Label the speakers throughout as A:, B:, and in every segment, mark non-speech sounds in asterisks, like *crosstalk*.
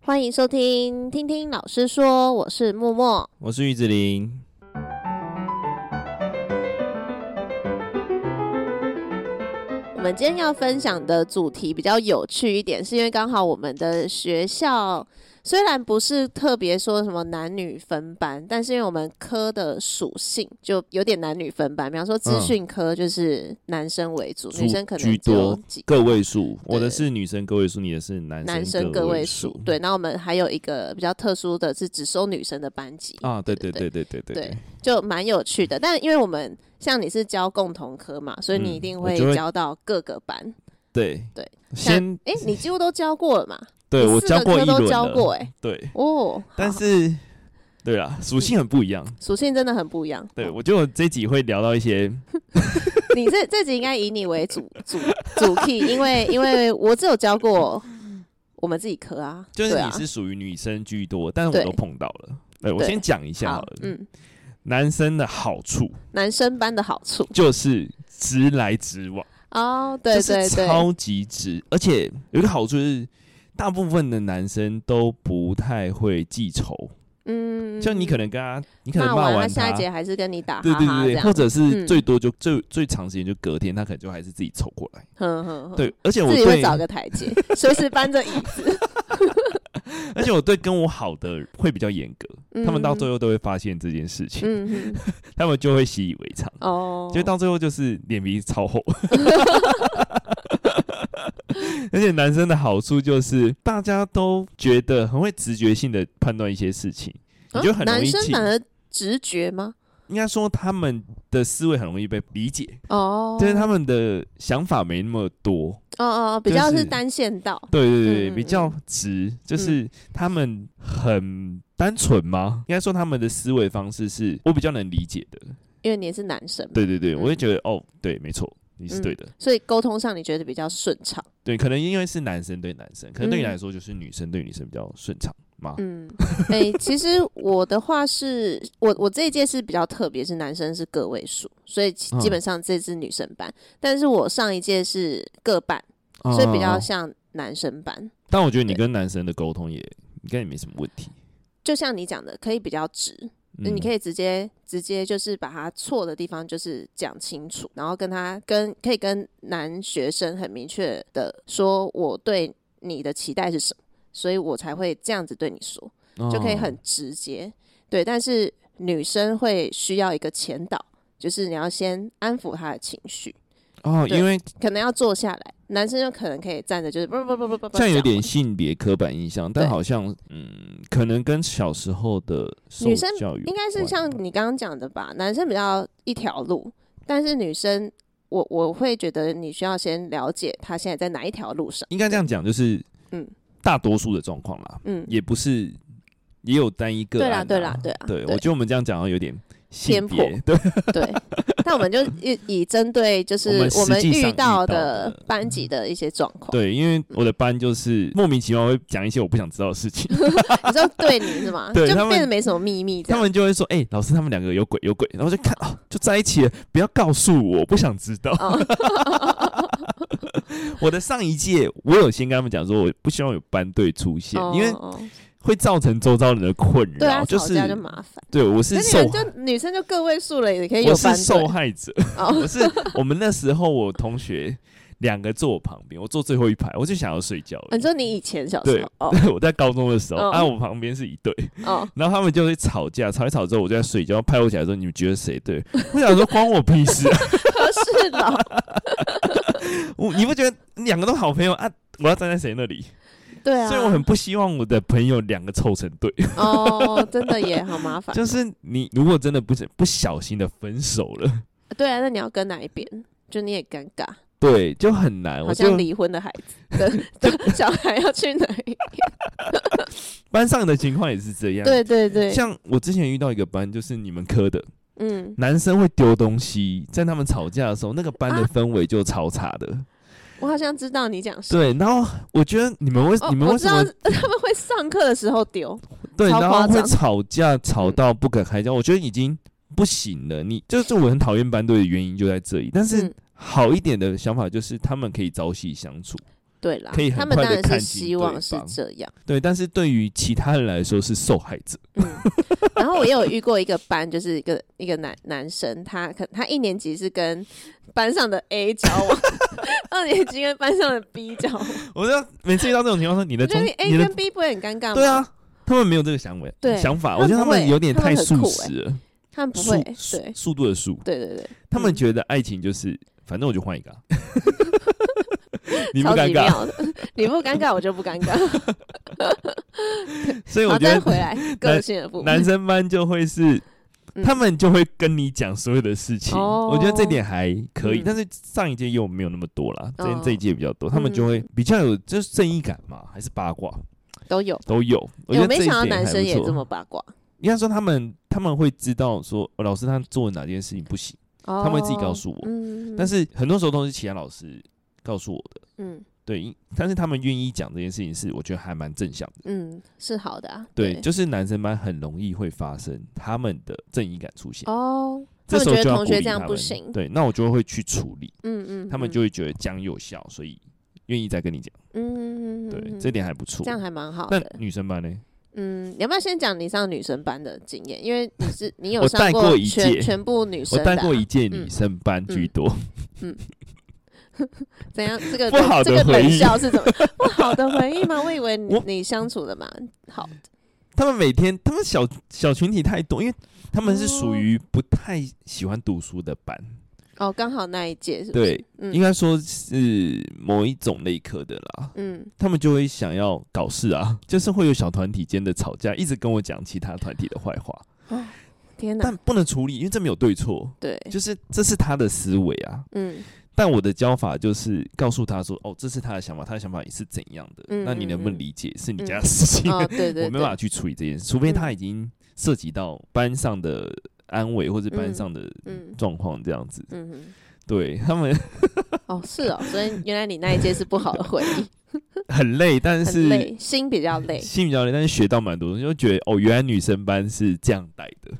A: 欢迎收听《听听老师说》，我是默默。
B: 我是玉子林。
A: 我们今天要分享的主题比较有趣一点，是因为刚好我们的学校虽然不是特别说什么男女分班，但是因为我们科的属性就有点男女分班，比方说资讯科就是男生为主，
B: 嗯主
A: 女生可能
B: 居
A: 只有
B: 多
A: 几
B: 个位数，
A: 对
B: 我的是女生个位数，你的是男
A: 男
B: 生
A: 生个位
B: 数
A: 数。。对，那我们还有一个比较特殊的是只收女生的班级
B: 啊，对对
A: 对
B: 对对对对
A: 对，就蛮有趣的。但因为我们像你是教共同科嘛，所以你
B: 嗯
A: 一定
B: 我就会
A: 教到各个班。
B: 对
A: 对。
B: 先
A: 哎、你几乎都教过了嘛？
B: 对
A: 你
B: 我
A: 四
B: 教
A: 个
B: 过
A: 科
B: 一
A: 都
B: 轮
A: 教过
B: 了，
A: 哎、
B: 对，
A: 哦，
B: 但
A: 好
B: 是对啦，属性很不一样。
A: 属性真的很不一样。
B: 对，
A: 哦
B: 我觉得我这集会聊到一些，
A: 你这这集应该以你为主主主
B: *laughs*
A: key，因为因为我只有教过我们自己科啊，
B: 就是
A: 对
B: 你
A: 啊
B: 是属于女生居多，但是
A: 对
B: 我都碰到了。对，我
A: 对
B: 先讲一下好
A: 好
B: 了，
A: 嗯，
B: 男生的好处
A: 男生班的好处
B: 就是直来直往。
A: 哦，对对
B: 就是
A: 对，
B: 超级直，而且有一个好处是，大部分的男生都不太会记仇，
A: 嗯，
B: 就你可能跟他，你可能
A: 骂
B: 骂
A: 他
B: 完
A: 下一节还是跟你打
B: 对
A: 哈
B: 对
A: 哈这
B: 对对，
A: 样，
B: 或者是
A: 嗯
B: 最多就最最长时间就隔天，他可能就还是自己凑过来。
A: 哼哼哼，
B: 对，而且我
A: 哦自己会
B: 对，
A: 找个台阶， *laughs* 随时搬着椅子，
B: 而且我对跟我好的会比较严格， *laughs* 他们到最
A: 后，
B: 后都会发现这件事情，
A: 嗯哼，
B: 他们就会习以为常。
A: 哦，
B: 就到最后就是脸皮超厚， *laughs* 而且男生的好处就是大家都觉得很会直觉性的判断一些事情，你就
A: 啊
B: 很容
A: 男
B: 易
A: 生
B: 进。
A: 反而直觉吗？
B: 应该说他们的思维很容易被理解，
A: 哦，
B: 就是他们的想法没那么多。
A: 哦哦，哦比较
B: 就是是
A: 单线道，
B: 对对对，
A: 嗯
B: 比较直，就是他们很单纯吗？应该说他们的思维方式是我比较能理解的。
A: 因为你是男生嘛，
B: 对对对，
A: 嗯
B: 我会觉得哦，对，没错，你是
A: 嗯
B: 对的。
A: 所以沟通上你觉得比较顺畅。
B: 对，可能因为是男生对男生，可能对你
A: 嗯
B: 来说就是女生对女生比较顺畅嘛。
A: 嗯， *laughs* 诶、其实我的话是我我这一届是比较特别，是男生是个位数，所以其
B: 嗯
A: 基本上这是女生班，但是我上一届是各半，嗯所以比较
B: 哦。
A: 像男生班。
B: 但我觉得你
A: 对
B: 跟男生的沟通也应该也没什么问题。嗯
A: 就像你讲的，可以比较直，你可
B: 以
A: 以直接直接就是把他错的地方就是讲清楚，然后跟他跟可以跟男学生很明确的说我对你的期待是什么，所以我才会这样子对你说，就可以
B: 哦
A: 很直接。对，但是女生会需要一个前导，就是你要先安抚她的情绪，
B: 哦，
A: 对
B: 因为
A: 可能要坐下来。男生就可能可以站着，就是不不不不不不，
B: 这样有
A: 讲
B: 点
A: 完
B: 性别刻板印象，
A: 对
B: 但好像嗯，可能跟小时候的受
A: 女生
B: 教育有
A: 应该是
B: 关
A: 像
B: 吧
A: 你刚刚讲的吧，男生比较一条路，但是女生，我我会觉得你需要先了解他现在在哪一条路上。
B: 应该这样讲，就是
A: 嗯
B: 嗯，大多数的状况啦，
A: 嗯，
B: 也不是也有单一个
A: 对啦
B: 案啊
A: 对啦对啦
B: 对，
A: 对
B: 我觉得我们这样讲好像有点
A: 偏
B: 性
A: 颇
B: 别，对，
A: 对。
B: *laughs*
A: 那我们就以以针对就是
B: 我们
A: 我们
B: 实际上
A: 遇
B: 遇
A: 到
B: 到
A: 的
B: 的嗯
A: 班级的一些状况，
B: 对，因为我的班就是莫名其妙会讲一些我不想知道的事情。
A: 你知道对你是吗？
B: *laughs* 对
A: 就
B: 他们
A: 变得没什么秘密这
B: 他
A: 样。哦
B: 们就会说：“哎、老师，他们两个有鬼，有鬼。”然后就看啊，就在一起了，不要告诉我，我不想知道。 *laughs*
A: *laughs*
B: 我的上一届，我有先跟他们讲说，我不希望有班队出现，
A: 哦
B: 因为
A: 哦
B: 会造成周遭人的困扰。
A: 对啊，
B: 就
A: 吵
B: 是
A: 架就麻烦。
B: 对我
A: 那
B: 是
A: 你
B: 受
A: 们，就女生就个位数了，也可以有
B: 我
A: 班
B: 是受
A: 对。
B: 害者。
A: 哦
B: *laughs* 我是我们那时候，我同学两个坐我旁边，我坐最后一排，我就想要睡觉了
A: 你说你以前小
B: 对
A: 时候，哦
B: 对， *laughs* 我在高中的时候，
A: 嗯
B: 啊，我旁边是一对，
A: 哦， *laughs*
B: 然后他们就会吵架，吵一吵之后，我就在睡觉，拍我起来说：“你们觉得谁对？” *laughs* 我想说关我屁事、啊， *laughs*
A: 可是老
B: 我你不觉得两个都好朋友啊？我要站在谁那里？
A: 对啊，
B: 所以我很不希望我的朋友两个凑成
A: *laughs*
B: 对，
A: 哦，真的也好麻烦。
B: 就是你如果真的不是不小心的分手了，
A: 对啊，那你要跟哪一边？就你也尴尬，
B: 对，就很难。
A: 好
B: 我
A: 像
B: 就
A: 离婚的孩
B: *laughs*
A: 子的的小孩要去哪里？
B: 班上的情况也是这样，
A: 对对对，
B: 像我之前遇到一个班，就是你们科的
A: 嗯，
B: 男生会丢东西，在他们吵架的时候，那个班的
A: 啊
B: 氛围就超差的。
A: 我好像知道你讲谁。
B: 对，然后我觉得你们为、
A: 哦，
B: 你们
A: 我
B: 为
A: 知
B: 什
A: 道 *laughs*
B: 么
A: 他们会上课的时候丢，
B: 对，
A: 超
B: 然
A: 夸
B: 后会
A: 张
B: 吵架，吵到不可开交，我觉得已经不行了。你就是我很讨厌班队的原因就在这里，但是
A: 嗯
B: 好一点的想法就是他们可以朝夕相处，
A: 对啦
B: 可以，很
A: 他们当
B: 快地
A: 然
B: 看
A: 是
B: 清
A: 希望
B: 对
A: 是
B: 方
A: 这样。
B: 对，但是对于其他人来说是受害者，
A: 然后我也有遇过一个班，就是一个一个男男生，他可他一年级是跟班上的 A 交往， *laughs* 二年级跟班上的 B 交往。
B: 我就每次遇到这种情况说，你 *laughs* 的
A: 我觉
B: 中
A: 得 A
B: 你的
A: 跟 B 不会很尴尬吗？
B: 对，啊，他们没有这个想法，
A: 对
B: 想法，
A: 他们
B: 我觉得他
A: 不
B: 们
A: 会
B: 有点
A: 他们
B: 太
A: 很
B: 速
A: 酷欸
B: 食了，
A: 他们不
B: 速
A: 会。
B: 速
A: 对
B: 速度的速，
A: 对对对，
B: 他们
A: 嗯
B: 觉得爱情就是反正我就换一 *laughs* 个啊，你不
A: 超
B: 尴
A: 级
B: 尬，
A: 妙的， *laughs* 你不尴尬我就不尴尬。
B: 所以 *laughs* 我
A: 好，
B: 觉
A: 再
B: 得
A: 回来个性的部分。
B: 男生班就会是，
A: 嗯
B: 他们就会跟你讲所有的事情。
A: 哦
B: 我觉得这点还可以，
A: 嗯
B: 但是上一届又没有那么多啦，这、
A: 哦
B: 这一届比较多，他们就会比较有就是正义感嘛，还是八卦
A: 都有。
B: 都有。我觉
A: 我
B: 得
A: 没
B: 这一
A: 想到
B: 点
A: 男
B: 还
A: 生
B: 不
A: 也
B: 错
A: 这么八卦，
B: 应该说他们他们会知道说、哦老师他做哪件事情不行，
A: 他
B: 他们会自己告诉我，
A: 嗯，
B: 但是很多时候都是其他老师告诉我的。
A: 嗯
B: 对，因但是他们愿意讲这件事情是，我觉得还蛮正向的。
A: 嗯是好的啊。
B: 对，就是男生班很容易会发生他们的正义感出现。
A: 哦，
B: 这时候
A: 他们觉得同学
B: 就要鼓励
A: 这样
B: 他
A: 不
B: 们
A: 行
B: 对，那我就会去处理，
A: 嗯嗯，
B: 他
A: 嗯
B: 们就会觉得讲有效，所以愿意再跟你讲。
A: 嗯嗯嗯嗯
B: 对，
A: 嗯
B: 这点还不错
A: 这。样还蛮好
B: 那
A: 的。
B: 女生班呢？
A: 嗯，你要不要先讲你上女生班的经验？因为你是你有
B: 我带
A: 上
B: 过一届
A: 全全部女
B: 我
A: 生的啊，嗯
B: 带过一届女生班居多，
A: 怎样？这个
B: *laughs* 不好的
A: 这个
B: 回忆
A: 冷笑是怎么 *laughs* 不好的回忆吗？我以为你
B: 我
A: 你相处的蛮好的，
B: 他们每天他们小小群体太多，因为他们是属
A: 哦
B: 于不太喜欢读书的班，
A: 哦，刚好那一届是不是？
B: 对，
A: 嗯
B: 应该说是某一种类科的啦。
A: 嗯，
B: 他们就会想要搞事啊， *laughs* 就是会有小团体间的吵架，一直跟我讲其他团体的坏话，
A: 天哪
B: 但，不能处理，因为这没有对错，
A: 对，
B: 就是这是他的思维啊。
A: 嗯
B: 但我的教法就是告诉他说，哦，这是他的想法，他的想法也是怎样的，
A: 嗯
B: 那你能不
A: 嗯
B: 能
A: 嗯
B: 理解是你家的事情， *laughs*
A: 哦，对对，
B: 我没
A: 对嗯
B: 办法去处理这件事，除非他已经涉及到班上的安危或者班上的
A: 嗯
B: 状况这样子。
A: 嗯哼。
B: *laughs* 对他们
A: 哦，是哦，所以原来你那一届是不好的回忆，
B: 很累，但
A: 很
B: 是
A: 累，心比较累。
B: 心比较累，但是学到蛮多东西，就觉得哦，原来女生班是这样带的。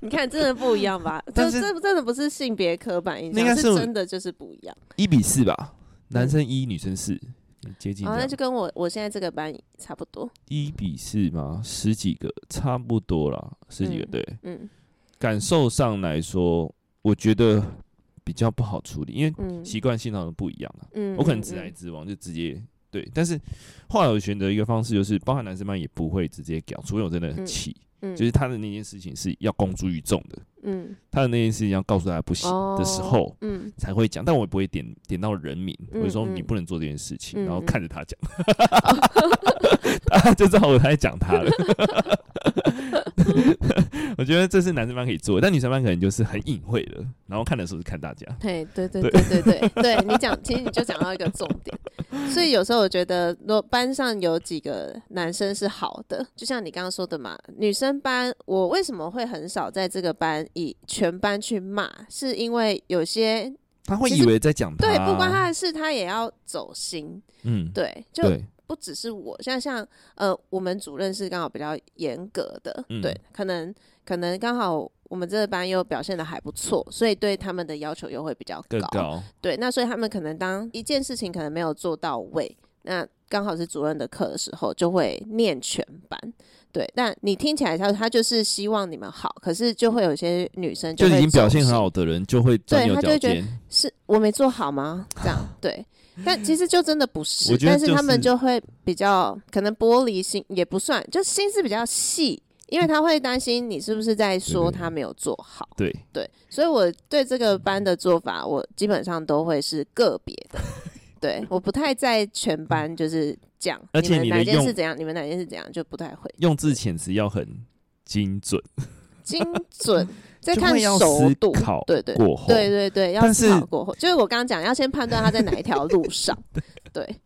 A: 你看，真的不一样吧？
B: 但
A: 这
B: 是
A: 这真的不是性别刻板印
B: 那应该
A: 象，是
B: 是我
A: 真的就是不一样。
B: 一比四吧，男生一，女生四，接近
A: 嗯哦，
B: 这
A: 那
B: 样
A: 就。跟我我现在这个班差不多。
B: 一比四吗？十几个，差不多啦，十几个。
A: 嗯
B: 对，
A: 嗯
B: 感受上来说，我觉得比较不好处理，因为
A: 嗯
B: 习惯性上的不一样啊。
A: 嗯，
B: 我可能
A: 嗯
B: 直来
A: 嗯
B: 直往，就直接对。但是后来我选择一个方式，就是包含男生班也不会直接屌，除非我真的很
A: 嗯
B: 气，
A: 嗯
B: 就是他的那件事情是要公诸于众的，
A: 嗯
B: 他的那件事情要告诉大家不行的时
A: 哦
B: 候，
A: 嗯
B: 才会讲，但我也不会点点到人名，
A: 嗯
B: 我就说
A: 嗯
B: 你不能做这件事情，
A: 嗯
B: 然后
A: 嗯
B: 看着他讲， *laughs* 他就知道我在讲他了。 *laughs* 我觉得这是男生班可以做，但女生班可能就是很隐晦的，然后看的时候是看大家。
A: 嘿，对对
B: 对
A: 对对对对，你讲，其实你就讲到一个重点，所以有时候我觉得，如果班上有几个男生是好的，就像你刚刚说的嘛，女生班我为什么会很少在这个班以全班去骂，是因为有些
B: 他会
A: 其实
B: 以为在讲他，
A: 对不关他的事，他也要走心，
B: 嗯，
A: 对，就
B: 啊对，
A: 不只是我，像像呃，我们主任是刚好比较严格的，
B: 嗯
A: 对，可能可能刚好我们这个班又表现的还不错，所以对他们的要求又会比较
B: 更高，
A: 对，那所以他们可能当一件事情可能没有做到位，那刚好是主任的课的时候，就会念全班。对，但你听起来他他就是希望你们好，可是就会有些女生
B: 就
A: 会
B: 已经表现很
A: 走心
B: 好的人就会钻
A: 对
B: 牛
A: 他就
B: 角
A: 会觉得
B: 尖。
A: 是我没做好吗？这
B: *laughs*
A: 样对，但其实就真的不是，
B: 我觉得
A: 但是
B: 就
A: 他们
B: 是
A: 就会比较可能玻璃心也不算，就心思比较细，因为他会担心你是不是在说
B: 对
A: 他没有做好。
B: 对，
A: 对，所以我对这个班的做法，我基本上都会是个别
B: *laughs*
A: 的，对，我不太在全班就是讲，
B: 而且
A: 你
B: 你的
A: 们哪件
B: 用
A: 是怎样，你们哪件是怎样，就不太会
B: 用字遣词要很精准，
A: 精
B: *laughs*
A: 准，再
B: 就
A: 看
B: 会要
A: 熟
B: 思
A: 度
B: 考，
A: 对对
B: 过后，
A: 对对对，要
B: 但
A: 思考
B: 是
A: 过后，就是我刚刚讲，要先判断他在哪一条路
B: *laughs*
A: 上，对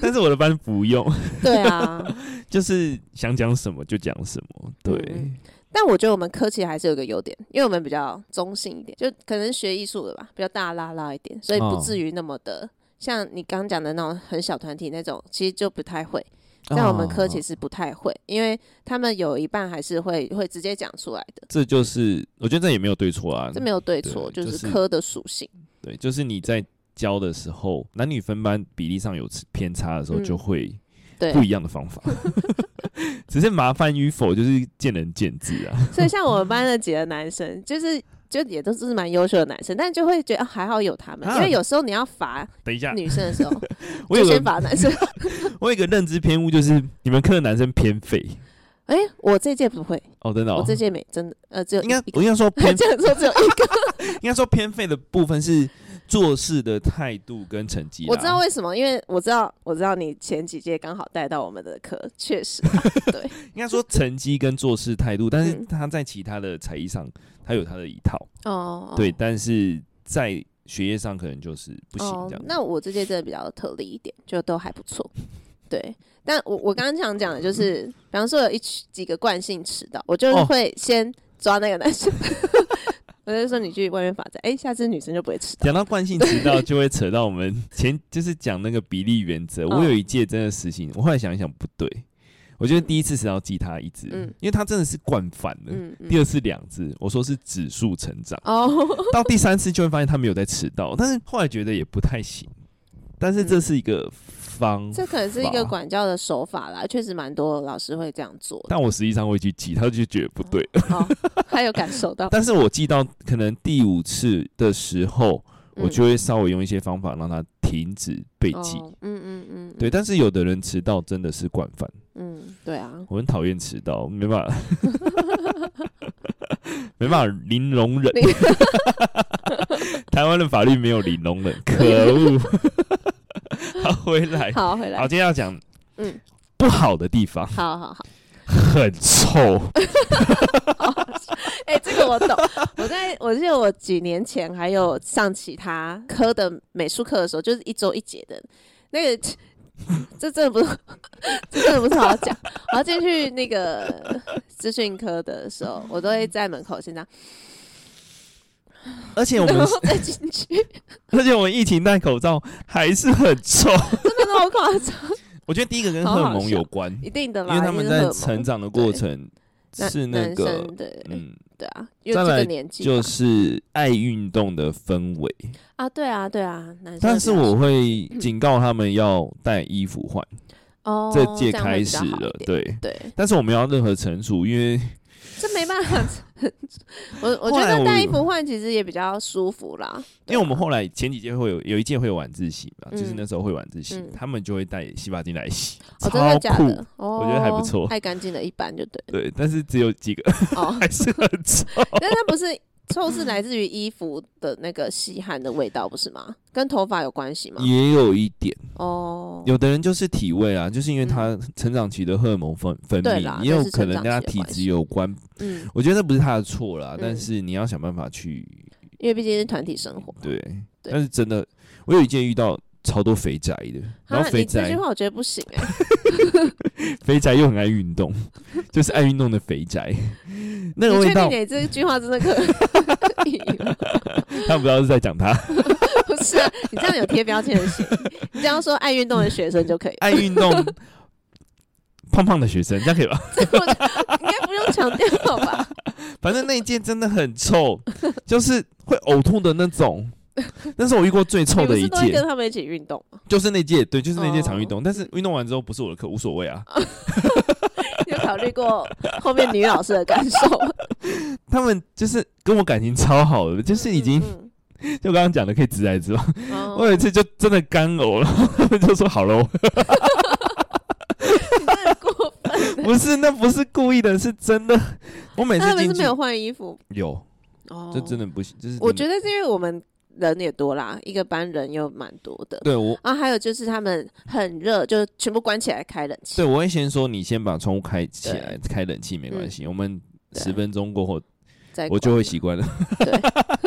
B: 但是我的班不用， *laughs*
A: 对啊，
B: 就是想讲什么就讲什么，对，
A: 嗯但我觉得我们科其实还是有个优点，因为我们比较中性一点，就可能学艺术的吧，比较大拉拉一点，所以不
B: 哦
A: 至于那么的、像你刚讲的那种很小团体那种，其实就不太会。嗯在我们科其
B: 实、
A: 实不太会，因为他们有一半还是会会直接讲出来的，
B: 这就是我觉得这也没有对错啊
A: 这，没有对错，
B: 对
A: 就
B: 就是是
A: 科的属性。
B: 对，就是你在教的时候，男女分班比例上有偏差的时候，
A: 嗯
B: 就会
A: 对，
B: 不一样的
A: *laughs*
B: 方法。只是麻烦与否就是见仁见智啊。 *laughs*
A: 所以像我们班的几个男生，就是就也都是蛮优秀的男生，但就会觉得、啊、还好有他们，
B: 啊
A: 因为有时候你要罚
B: 等一下，
A: 女生的时
B: *laughs*
A: 候，
B: 我
A: 就
B: 有
A: 先
B: 个
A: 罚男
B: *laughs*
A: 生。
B: 我有个认知偏误，就是你们课的男生偏废
A: 哎、我这届不会，
B: 哦，真的、
A: 我
B: 哦
A: 这。届没真的，呃，只有
B: 应该
A: 一个
B: 我
A: *laughs*
B: 应该说偏，
A: 这样说只有一个。
B: 应该说偏废的部分是做事的态度跟成绩啦。
A: 我知道为什么，因为我知道我知道你前几届刚好带到我们的课，确
B: *laughs*
A: 实啊对，
B: 应该说成绩跟做事态度，但是
A: 嗯
B: 他在其他的才艺上，他有他的一套，
A: 哦，
B: 对，但是在学业上可能就是不行
A: 哦
B: 这样。
A: 那我这届真的比较特例一点，就都还不错。对，但我我刚刚想讲的就是，比方说有一群几个惯性迟到，我就是
B: 哦
A: 会先抓那个男生， *laughs* 我就说你去外面罚站，哎、下次女生就不会迟到。
B: 讲到惯性迟到，就会扯到我们 *laughs* 前就是讲那个比例原则。我
A: 哦
B: 有一届真的实行，我后来想一想不对，我觉得第一次迟到记他一次，
A: 嗯
B: 因为他真的是惯犯了。
A: 嗯，嗯
B: 第二次两次，我说是指数成
A: *laughs*
B: 长，
A: 哦，
B: 到第三次就会发现他没有在迟到，但是后来觉得也不太行。但是这是一个方
A: 嗯这可能是一个
B: 法
A: 管教的手法啦，确实蛮多老师会这样做的。
B: 但我实际上会去记，他就觉得不对。
A: 哦， *laughs* 他有感受到，
B: *laughs* 但是我记到可能第五次的时候，我
A: 嗯
B: 就会稍微用一些方法让他停止被记。
A: 哦，嗯嗯嗯，
B: 对，
A: 嗯，
B: 但是有的人迟到真的是惯犯，
A: 嗯，对啊，
B: 我很讨厌迟到，没办法，没办法零
A: *laughs*
B: 容忍。台湾的法律没有零容忍，可恶！ *laughs* 他回来，
A: 好，回来
B: 好，，今天要讲
A: 嗯，
B: 不好的地方，
A: 好好好，
B: 很臭。
A: *laughs* 哎、这个我懂。我在我记得我几年前还有上其他科的美术课的时候，就是一周一节的那个，这真的不是， *laughs* 这真的不是好好讲。我要进去那个资讯科的时候，我都会在门口先这样，
B: 而且我们
A: 然，后再进去，
B: 而且我们疫情戴口罩还是很臭。
A: 真的那么夸张？
B: 我觉得第一个跟
A: 好
B: 荷
A: 好
B: 尔蒙
A: 笑
B: 有关，
A: 一定的
B: 因
A: 啦，
B: 为他
A: 一
B: 们
A: 定是荷
B: 在
A: 尔
B: 成
A: 蒙
B: 长的过程
A: 男
B: 是那
A: 男
B: 个
A: 生的，
B: 嗯，
A: 对啊，因为
B: 再
A: 这个
B: 来
A: 年纪嘛
B: 就是爱运动的氛围。
A: 啊，对啊，对啊，男生
B: 但是我
A: 比
B: 会警告他们要带衣服换，
A: 较嗯哦，
B: 这届
A: 样会
B: 开
A: 比较好
B: 始
A: 一点
B: 了，
A: 啊
B: 对。
A: 对。
B: 但是我们要任何惩处，因为
A: 这 *laughs* 没办法，我我觉
B: 后来
A: 得
B: 我
A: 带衣服换其实也比较舒服啦。
B: 因为我们后来前几届会有有一届会有晚自习嘛，就是
A: 嗯
B: 那时候会晚自习
A: 嗯，
B: 他们就会带洗发精来洗，
A: 哦，真的
B: 超
A: 假
B: 酷
A: 的。？哦，
B: 觉得还不错
A: 太干净了一般就对了。
B: 对，但是只有
A: *laughs*
B: 几个 *laughs*
A: 哦，
B: 还是很臭。
A: 但它不是臭是来自于衣服的那个吸汗的味道，不是吗？跟头发有关系吗？
B: 也有一点。
A: 哦，
B: 有的人就是体味啊，就是因为他成长期的荷尔蒙分分
A: 嗯对啦
B: 泌，也有
A: 那是
B: 可能
A: 成长
B: 跟他
A: 期的
B: 体
A: 关
B: 质
A: 系
B: 有关。
A: 嗯，
B: 我觉得这不是他的错啦，
A: 嗯
B: 但是你要想办法去
A: 因为毕竟是团体生活。
B: 对。
A: 哦对
B: 但是真的，我有一件遇到超多肥宅的，然
A: 啊
B: 后，肥
A: 你这
B: 宅
A: 句话我觉得不行哎、
B: 肥宅又很爱运动， *laughs* 就是爱运动的肥宅，
A: *laughs*
B: 那个
A: 你
B: 味
A: 确
B: 道
A: 定你这句话真的可以 *laughs* 吗？
B: 他不知道是在讲他
A: 不是啊，你这样有贴标签的嫌疑。你只要说爱运动的学生就可以了， *laughs*
B: 爱运动 *laughs* 胖胖的学生，这样可以
A: *laughs*
B: 吧？
A: 应该不用强调吧？
B: 反正那一件真的很臭，就是会呕吐的那种。那是我遇过最臭
A: 你不
B: 的
A: 是
B: 一
A: 都会
B: 届，
A: 跟他们一起运动吗？ *laughs*
B: 就是那届，对，就是那届常运
A: 哦
B: 动，但是运动完之后不是我的课，无所谓
A: *laughs*
B: 啊。
A: 你有考虑过后面女老师的感受吗？
B: 他们就是跟我感情超好的， *laughs* 就是已经
A: 嗯
B: 就刚刚讲的可以直来直往。
A: 嗯哦
B: *laughs* 我有一次就真的干呕了， *laughs* 他们就说
A: *laughs*
B: 好喽，
A: 你真的很过分。
B: 不是，那不是故意的，是真的。我 *laughs* 每
A: 那他
B: 次
A: 们是
B: 进去
A: 没有换衣服
B: 有，
A: 哦
B: 这真的不行，就是
A: 我
B: 真
A: 觉得是因为我们人也多啦，一个班人又蛮多的
B: 的。对我。
A: 然后还有就是他们很热，就全部关起来开冷气
B: 对，。我会先说你先把窗户开起来，开冷气没关系。我们
A: 嗯对
B: 十分钟过后，
A: 再
B: 我
A: 关
B: 就会习惯了，
A: *laughs*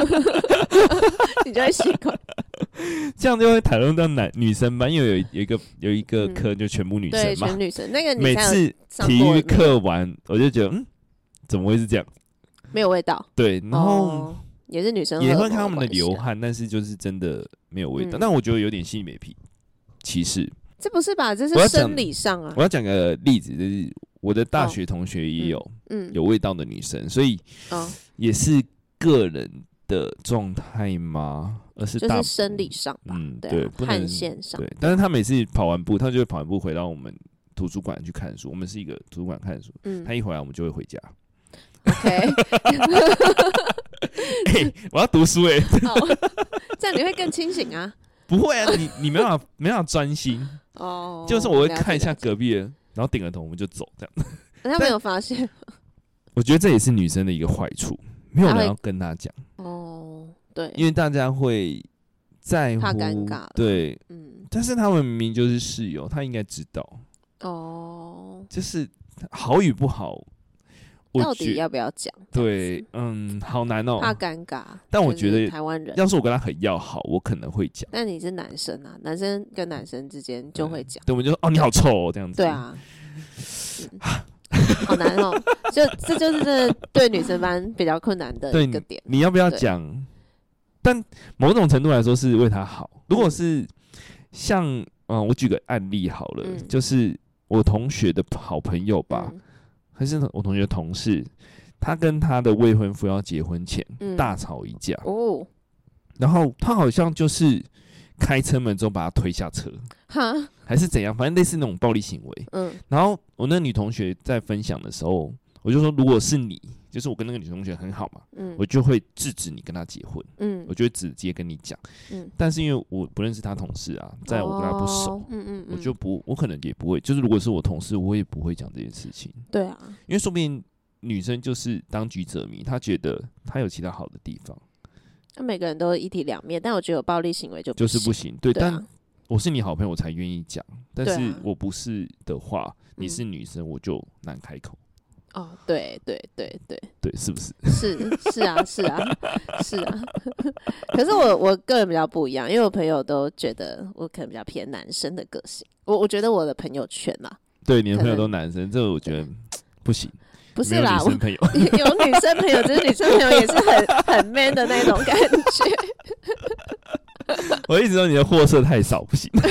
B: *laughs*
A: 你就会习
B: *laughs*
A: 惯。
B: 这样就会谈论到男女生班，因为有一有一个有一个
A: 嗯
B: 课就全部女
A: 对，
B: 生嘛
A: 全，女生那个你
B: 每
A: 才有
B: 次
A: 上
B: 体
A: 过
B: 育
A: 没
B: 课完，我就觉得嗯，怎么会是这样？
A: 没有味道，
B: 对，然后
A: 哦也是女生
B: 也
A: 荷
B: 会
A: 尔
B: 看他
A: 蒙
B: 们的
A: 关系
B: 流
A: 啊。
B: 汗，但是就是真的没有味道。
A: 嗯
B: 但我觉得有点性别皮歧视。
A: 这不是吧？这
B: 我要
A: 是
B: 讲
A: 生理上啊
B: 我。要讲个例子，就是我的大
A: 哦
B: 学同学也
A: 嗯
B: 有、
A: 嗯，
B: 有味道的女生，所以
A: 哦
B: 也是个人的状态吗？而是
A: 就
B: 大
A: 是生理上吧，
B: 嗯
A: 对
B: 对
A: 啊，
B: 不能
A: 汗腺上，
B: 对，但是他每次跑完步，他就会跑完步回到我们图书馆去看书。我们是一个图书馆看书，
A: 嗯
B: 他一回来我们就会回家。 *laughs*
A: ，OK，
B: 哎、我要读书哎、
A: 好，哦这样你会更清醒啊。
B: *laughs* 不会啊，你你没办法没办法专心，
A: 哦，
B: 就是我会
A: 了解
B: 看一下
A: 了解
B: 隔壁人，然后点个头我们就走这样。
A: 他没有发现
B: 我觉得这也是女生的一个坏处，没有
A: 她
B: 人
A: 会
B: 要跟她讲，
A: 哦，对，
B: 因为大家会在乎
A: 怕尴尬啦
B: 对，
A: 嗯，
B: 但是他们明明就是室友，他应该知道，
A: 哦，
B: 就是好与不好，
A: 到
B: 我
A: 底
B: 觉
A: 要不要讲？
B: 对，嗯，好难哦、
A: 怕尴尬，
B: 但我
A: 就是
B: 觉得
A: 台湾人，
B: 要是我跟他很要好，我可能会讲，
A: 但你是男生啊，男生跟男生之间就会讲，
B: 对，我们就说哦你好臭哦这样子，
A: 对，啊，嗯好难哦，就这就是真的对女生班比较困难的
B: 对
A: 一个点，
B: 你要不要
A: 对
B: 讲？但某种程度来说是为他好。
A: 嗯
B: 如果是像嗯，我举个案例好了，
A: 嗯
B: 就是我同学的好朋友吧，
A: 嗯
B: 还是我同学的同事，他跟他的未婚夫要结婚前、
A: 嗯
B: 大吵一架，
A: 哦，
B: 然后他好像就是开车门之后把他推下车，
A: 哈，
B: 还是怎样，反正类似那种暴力行为。
A: 嗯
B: 然后我那女同学在分享的时候，我就说，如果是你，就是我跟那个女同学很好嘛，
A: 嗯
B: 我就会制止你跟她结婚。
A: 嗯
B: 我就会直接跟你讲。
A: 嗯
B: 但是因为我不认识他同事啊，在我跟他不熟，
A: 哦嗯嗯，嗯
B: 我就不，我可能也不会，就是如果是我同事，我也不会讲这件事情，
A: 对啊，
B: 因为说不定女生就是当局者迷，她觉得她有其他好的地方，
A: 那每个人都一体两面，但我觉得有暴力行为就
B: 就是
A: 不
B: 不
A: 行，
B: 行。对，
A: 对
B: 但
A: 啊，
B: 我是你好朋友，我才愿意讲，但
A: 对
B: 是
A: 啊
B: 我不是的话，你
A: 嗯
B: 是女生，我就难开口。
A: 哦，对对对对，
B: 对，是不是？ *laughs*
A: 是是啊，是啊，是啊。 *laughs* 可是我我个人比较不一样，因为我朋友都觉得我可能比较偏男生的个性。我我觉得我的朋友圈啦，
B: 对，你的
A: 可
B: 朋友
A: 能
B: 都男生，这个我觉得不行，
A: 不
B: 没
A: 是
B: 有
A: 啦
B: 女，
A: 我 *laughs*
B: 生朋友。
A: 有女生朋友，只是女生朋友也是很很 man 的那种感
B: *laughs*
A: 觉。
B: 我一直说你的货色太少，不行。 *laughs*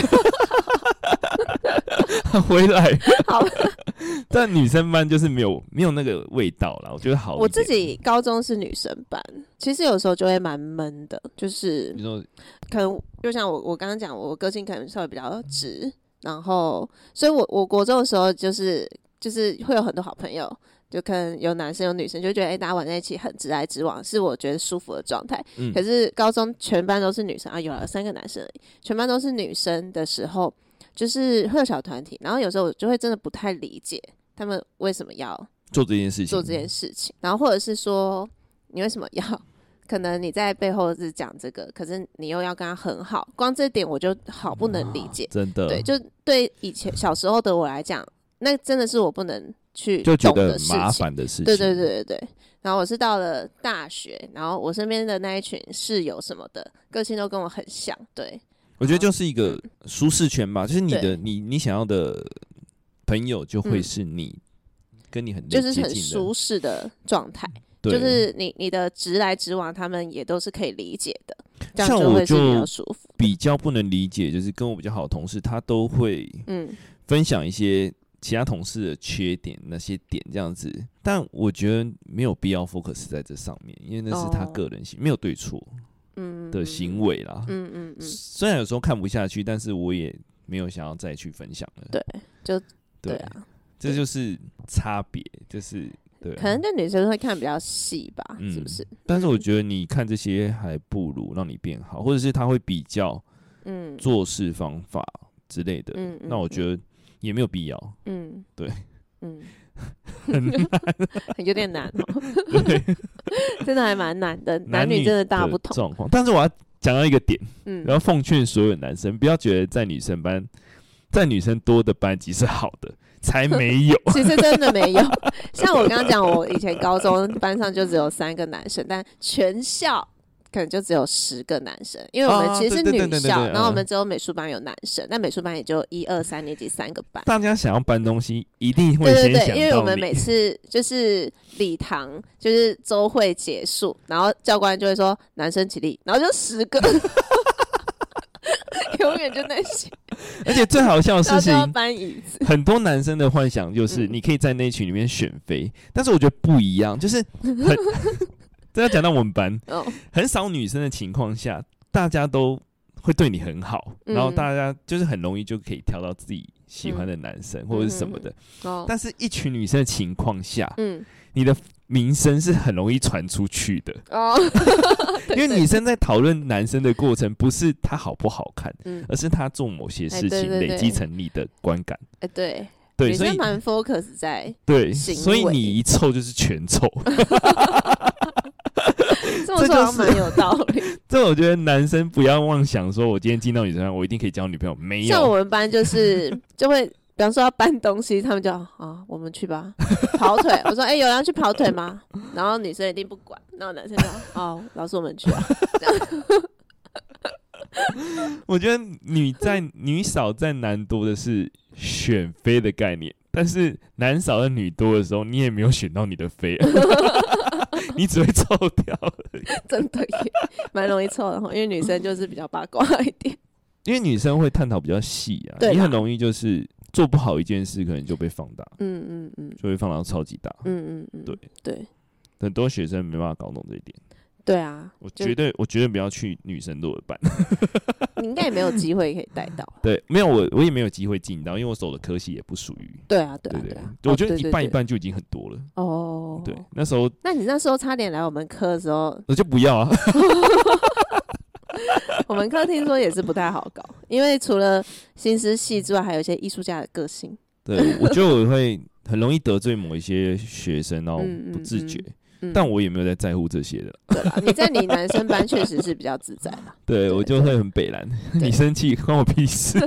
B: 回来，
A: 好，
B: 但女生班就是没有没有那个味道啦，我觉得好一点。
A: 我自己高中是女生班，其实有时候就会蛮闷的，就是
B: 你说
A: 可能就像我我刚刚讲，我个性可能稍微比较直，然后所以我我国中的时候就是就是会有很多好朋友，就可能有男生有女生，就觉得哎、诶大家玩在一起很直来直往，是我觉得舒服的状态。
B: 嗯
A: 可是高中全班都是女生啊，有了三个男生而已，全班都是女生的时候，就是会有小团体，然后有时候我就会真的不太理解他们为什么要
B: 做这件事情，
A: 做这件事情，然后或者是说你为什么要？可能你在背后是讲这个，可是你又要跟他很好，光这点我就好不能理解。
B: 真的
A: 对，就对以前小时候的我来讲，那真的是我不能去
B: 就觉
A: 懂
B: 得
A: 的事
B: 麻
A: 情。
B: 烦的事情。
A: 对对对对对。然后我是到了大学，然后我身边的那一群室友什么的，个性都跟我很像。对，
B: 我觉得就是一个
A: 嗯
B: 舒适圈吧，就是你的你你想要的朋友就会
A: 嗯
B: 是你跟你很
A: 就是
B: 接
A: 很
B: 近的嗯
A: 舒适的状态，
B: 对
A: 就是你你的直来直往，他们也都是可以理解的，这样
B: 像
A: 就
B: 我
A: 会是比
B: 就
A: 较舒服。
B: 比较不能理解，就是跟我比较好的同事，他都会
A: 嗯。
B: 分享一些其他同事的缺点，那些点这样子。但我觉得没有必要 focus 在这上面，因为那是他
A: 哦
B: 个人行，没有对错
A: 嗯
B: 的行，为啦。
A: 嗯嗯嗯，
B: 虽然有时候看不下去，但是我也没有想要再去分享了。
A: 对，就
B: 对
A: 对，啊，
B: 这就是差别，就是对啊。
A: 可能对女生会看比较细吧，是
B: 嗯
A: 不是？
B: 但是我觉得你看这些还不如让你变好，或者是他会比较
A: 嗯
B: 做事方法之类的。
A: 嗯，
B: 那我觉
A: 得，
B: 得也没有必要。
A: 嗯，
B: 对，
A: 嗯，有点难哦，真的还蛮难的，男
B: 女
A: 真的大不同，
B: 状况。但是我要讲到一个点，
A: 嗯，。
B: 然后奉劝所有男生，不要觉得在女生班，在女生多的班级是好的，才没有
A: *laughs* 其实真的没有，像我刚刚讲，我以前高中班上就只有三个男生，但全校。可能就只有十个男生，因为我们
B: 啊
A: 其实是
B: 对对
A: 女
B: 对对对
A: 校，
B: 对
A: 然后我
B: 嗯
A: 们只有美术班有男生，但美术班也就一二三年级三个班。
B: 大家想要搬东西，一定会
A: 对
B: 先
A: 对对，因为我
B: 想到
A: 们每
B: 你。
A: 次就是礼堂就是周会结束，然后教官就会说男生起立，然后就十个， *laughs* 永远就那
B: *laughs*
A: 些，
B: 而且最好笑的
A: 然后
B: 事
A: 就要
B: 情，
A: 搬椅子。
B: 很多男生的幻想就是
A: 嗯 *laughs*
B: 你可以在那群里面选妃，但是我觉得不一样，就是很这要讲到我们班，
A: 哦，
B: 很少女生的情况下，大家都会对你很好，
A: 嗯嗯
B: 然后大家就是很容易就可以挑到自己喜欢的男生、或者是什么的。
A: 哦，
B: 但是，一群女生的情况下，
A: 嗯，
B: 你的名声是很容易传出去的，
A: 哦， *laughs* 对
B: 因为女生在讨论男生的过程，不是他好不好看，
A: 嗯，
B: 而是他做某些事
A: 哎对
B: 情
A: 对对
B: 累积成你的观感。
A: 哎，对，
B: 对，
A: 女
B: 所
A: 生
B: 以
A: 蛮 focus 在
B: 对，
A: 行为
B: 所以你一臭就是全臭。 *laughs*
A: 这么
B: 这就
A: 说好像
B: 是
A: 蛮有道
B: *laughs*
A: 理。
B: 这我觉得男生不要妄想说，我今天进到女生班，我一定可以交女朋友，没
A: 像我
B: 有。
A: 们班就是就会，比方说要搬东西，他们就啊，我们去吧，跑腿。我说哎，有人要去跑腿吗？然后女生一定不管，然后男生就哦，老师我们去啊。
B: 我觉得女在女少在男多的是选妃的概念，但是男少在女多的时候，你也没有选到你的妃，啊你只会臭
A: *laughs*
B: 掉。
A: 真的耶，蛮容易凑的吼，因为女生就是比较八卦一点。
B: 因为女生会探讨比较细啊，
A: 对啦
B: 你很容易就是做不好一件事，可能就被放大，
A: 嗯嗯嗯
B: 就会放大超级大。
A: 嗯嗯嗯，
B: 对
A: 对
B: 很多学生没办法搞懂这一点，
A: 对啊，
B: 我
A: 就
B: 绝对我绝对不要去女生多的
A: *laughs*
B: 班。
A: 你应该也没有机会可以带到。
B: 对，没有我我也没有机会进到，因为我走的科系也不属于。
A: *laughs* 对啊对
B: 对
A: 啊
B: 不
A: 对
B: 对
A: 啊，，
B: 我
A: 哦
B: 觉得
A: 对
B: 一
A: 对
B: 半一
A: 对
B: 半就已经很多了。
A: 哦。
B: 对，那时候
A: 那你那时候差点来我们科的时候，
B: 我就不要啊。
A: 我们科听说也是不太好搞，因为除了新思系之外，还有一些艺术家的个性。
B: *laughs* 对，我觉得我会很容易得罪某一些学生，然后
A: 嗯嗯
B: 不自觉，
A: 嗯，
B: 但我也没有在在乎这些的。
A: 对啦，你在你男生班确实是比较自在啦，
B: 对我就会很北蓝， *laughs* 你生气关我
A: *laughs*
B: 屁事。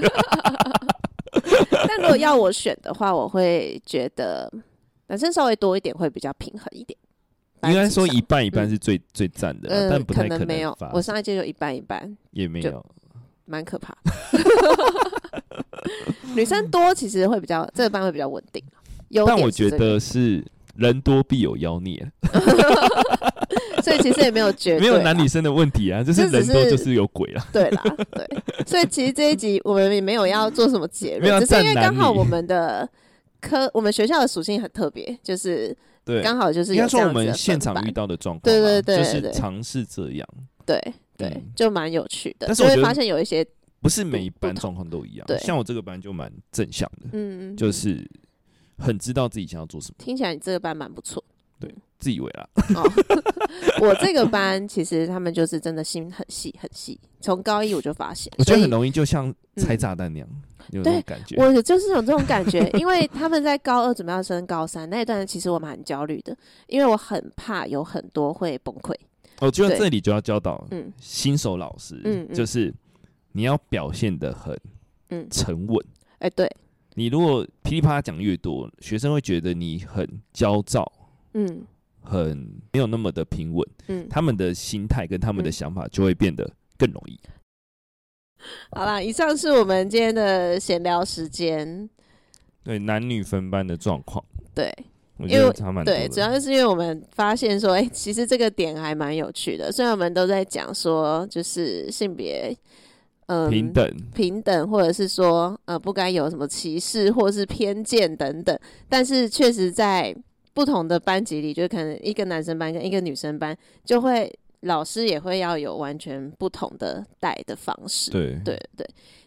A: 但如果要我选的话，我会觉得男生稍微多一点会比较平衡一点。
B: 应该说
A: 班级上
B: 一半一半是最最赞的啦，
A: 嗯，
B: 但不太
A: 能没
B: 能
A: 有
B: 发。
A: 我上一届就一半一半，
B: 也没
A: 就
B: 有。
A: 蛮可怕。
B: *laughs*
A: 女生多其实会比较这个班会比较稳定，优
B: 但
A: 点
B: 我
A: 是
B: 觉
A: 这个，
B: 得是人多必有妖孽，
A: 所以其实也没有绝对
B: 没
A: 啦，
B: 有男女生的问题啊，就是
A: 这只
B: 人多
A: 是
B: 就是有鬼啊啦。
A: 对啦，
B: *laughs*
A: 对。所以其实这一集我们也没有要做什么结
B: 没有要
A: 论，只是因为
B: 站男
A: 刚好
B: 女
A: 我们的科我们学校的属性很特别，就是
B: 对，
A: 刚好就是
B: 应
A: 有
B: 该
A: 这
B: 说我
A: 样子的
B: 们现
A: 分
B: 场
A: 班
B: 遇到的状况啊，
A: 对对对对
B: 就
A: 对
B: 是尝试这样，
A: 对对
B: 嗯，
A: 就蛮有趣的，
B: 但是
A: 就
B: 我
A: 会
B: 觉得
A: 发现有一些
B: 不是每一
A: 不
B: 班
A: 同
B: 状况都一样
A: 对。
B: 像我这个班就蛮正向的，
A: 嗯，
B: 就
A: 嗯
B: 是很知道自己想要做什么，
A: 听起来你这个班蛮不错。
B: 自以为
A: *laughs*
B: 啦。
A: 哦， *laughs* 我这个班其实他们就是真的心很细很细，从高一我就发现，
B: 我觉
A: 所
B: 得
A: 以
B: 很容易就像拆
A: 嗯
B: 炸弹那样，有那
A: 对
B: 种感觉。
A: 我就是有这种感觉，因为他们在高二准备要升高三那一段，其实我蛮焦虑的，因为我很怕有很多会崩溃。
B: 我觉得
A: 对
B: 这里就要教导
A: 嗯
B: 新手老师，
A: 嗯嗯
B: 就是你要表现的很
A: 嗯，
B: 沉稳。
A: 哎、对，
B: 你如果噼里啪啦讲越多，学生会觉得你很焦躁，
A: 嗯
B: 很没有那么的平稳，
A: 嗯，
B: 他们的心态跟他们的
A: 嗯
B: 想法就会变得更容易。
A: 好啦，以上是我们今天的闲聊时间。
B: 对男女分班的状况，
A: 对
B: 我
A: 因为我
B: 差蛮
A: 对，主要是因为我们发现说，哎、其实这个点还蛮有趣的。虽然我们都在讲说，就是性别，嗯，
B: 平等，
A: 平等，或者是说呃不该有什么歧视或是偏见等等。但是确实在不同的班级里，就可能一个男生班跟一个女生班，就会老师也会要有完全不同的带的方式。
B: 对
A: 对对，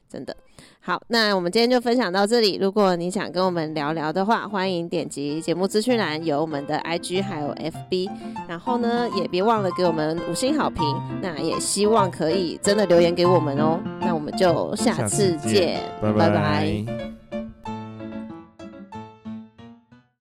A: 真的。好，那我们今天就分享到这里。如果你想跟我们聊聊的话，欢迎点击节目资讯栏有我们的 IG 还有 FB，然后呢也别忘了给我们五星好评。那也希望可以真的留言给我们哦。那我们就下
B: 下次
A: 次
B: 见
A: 见，拜
B: 拜拜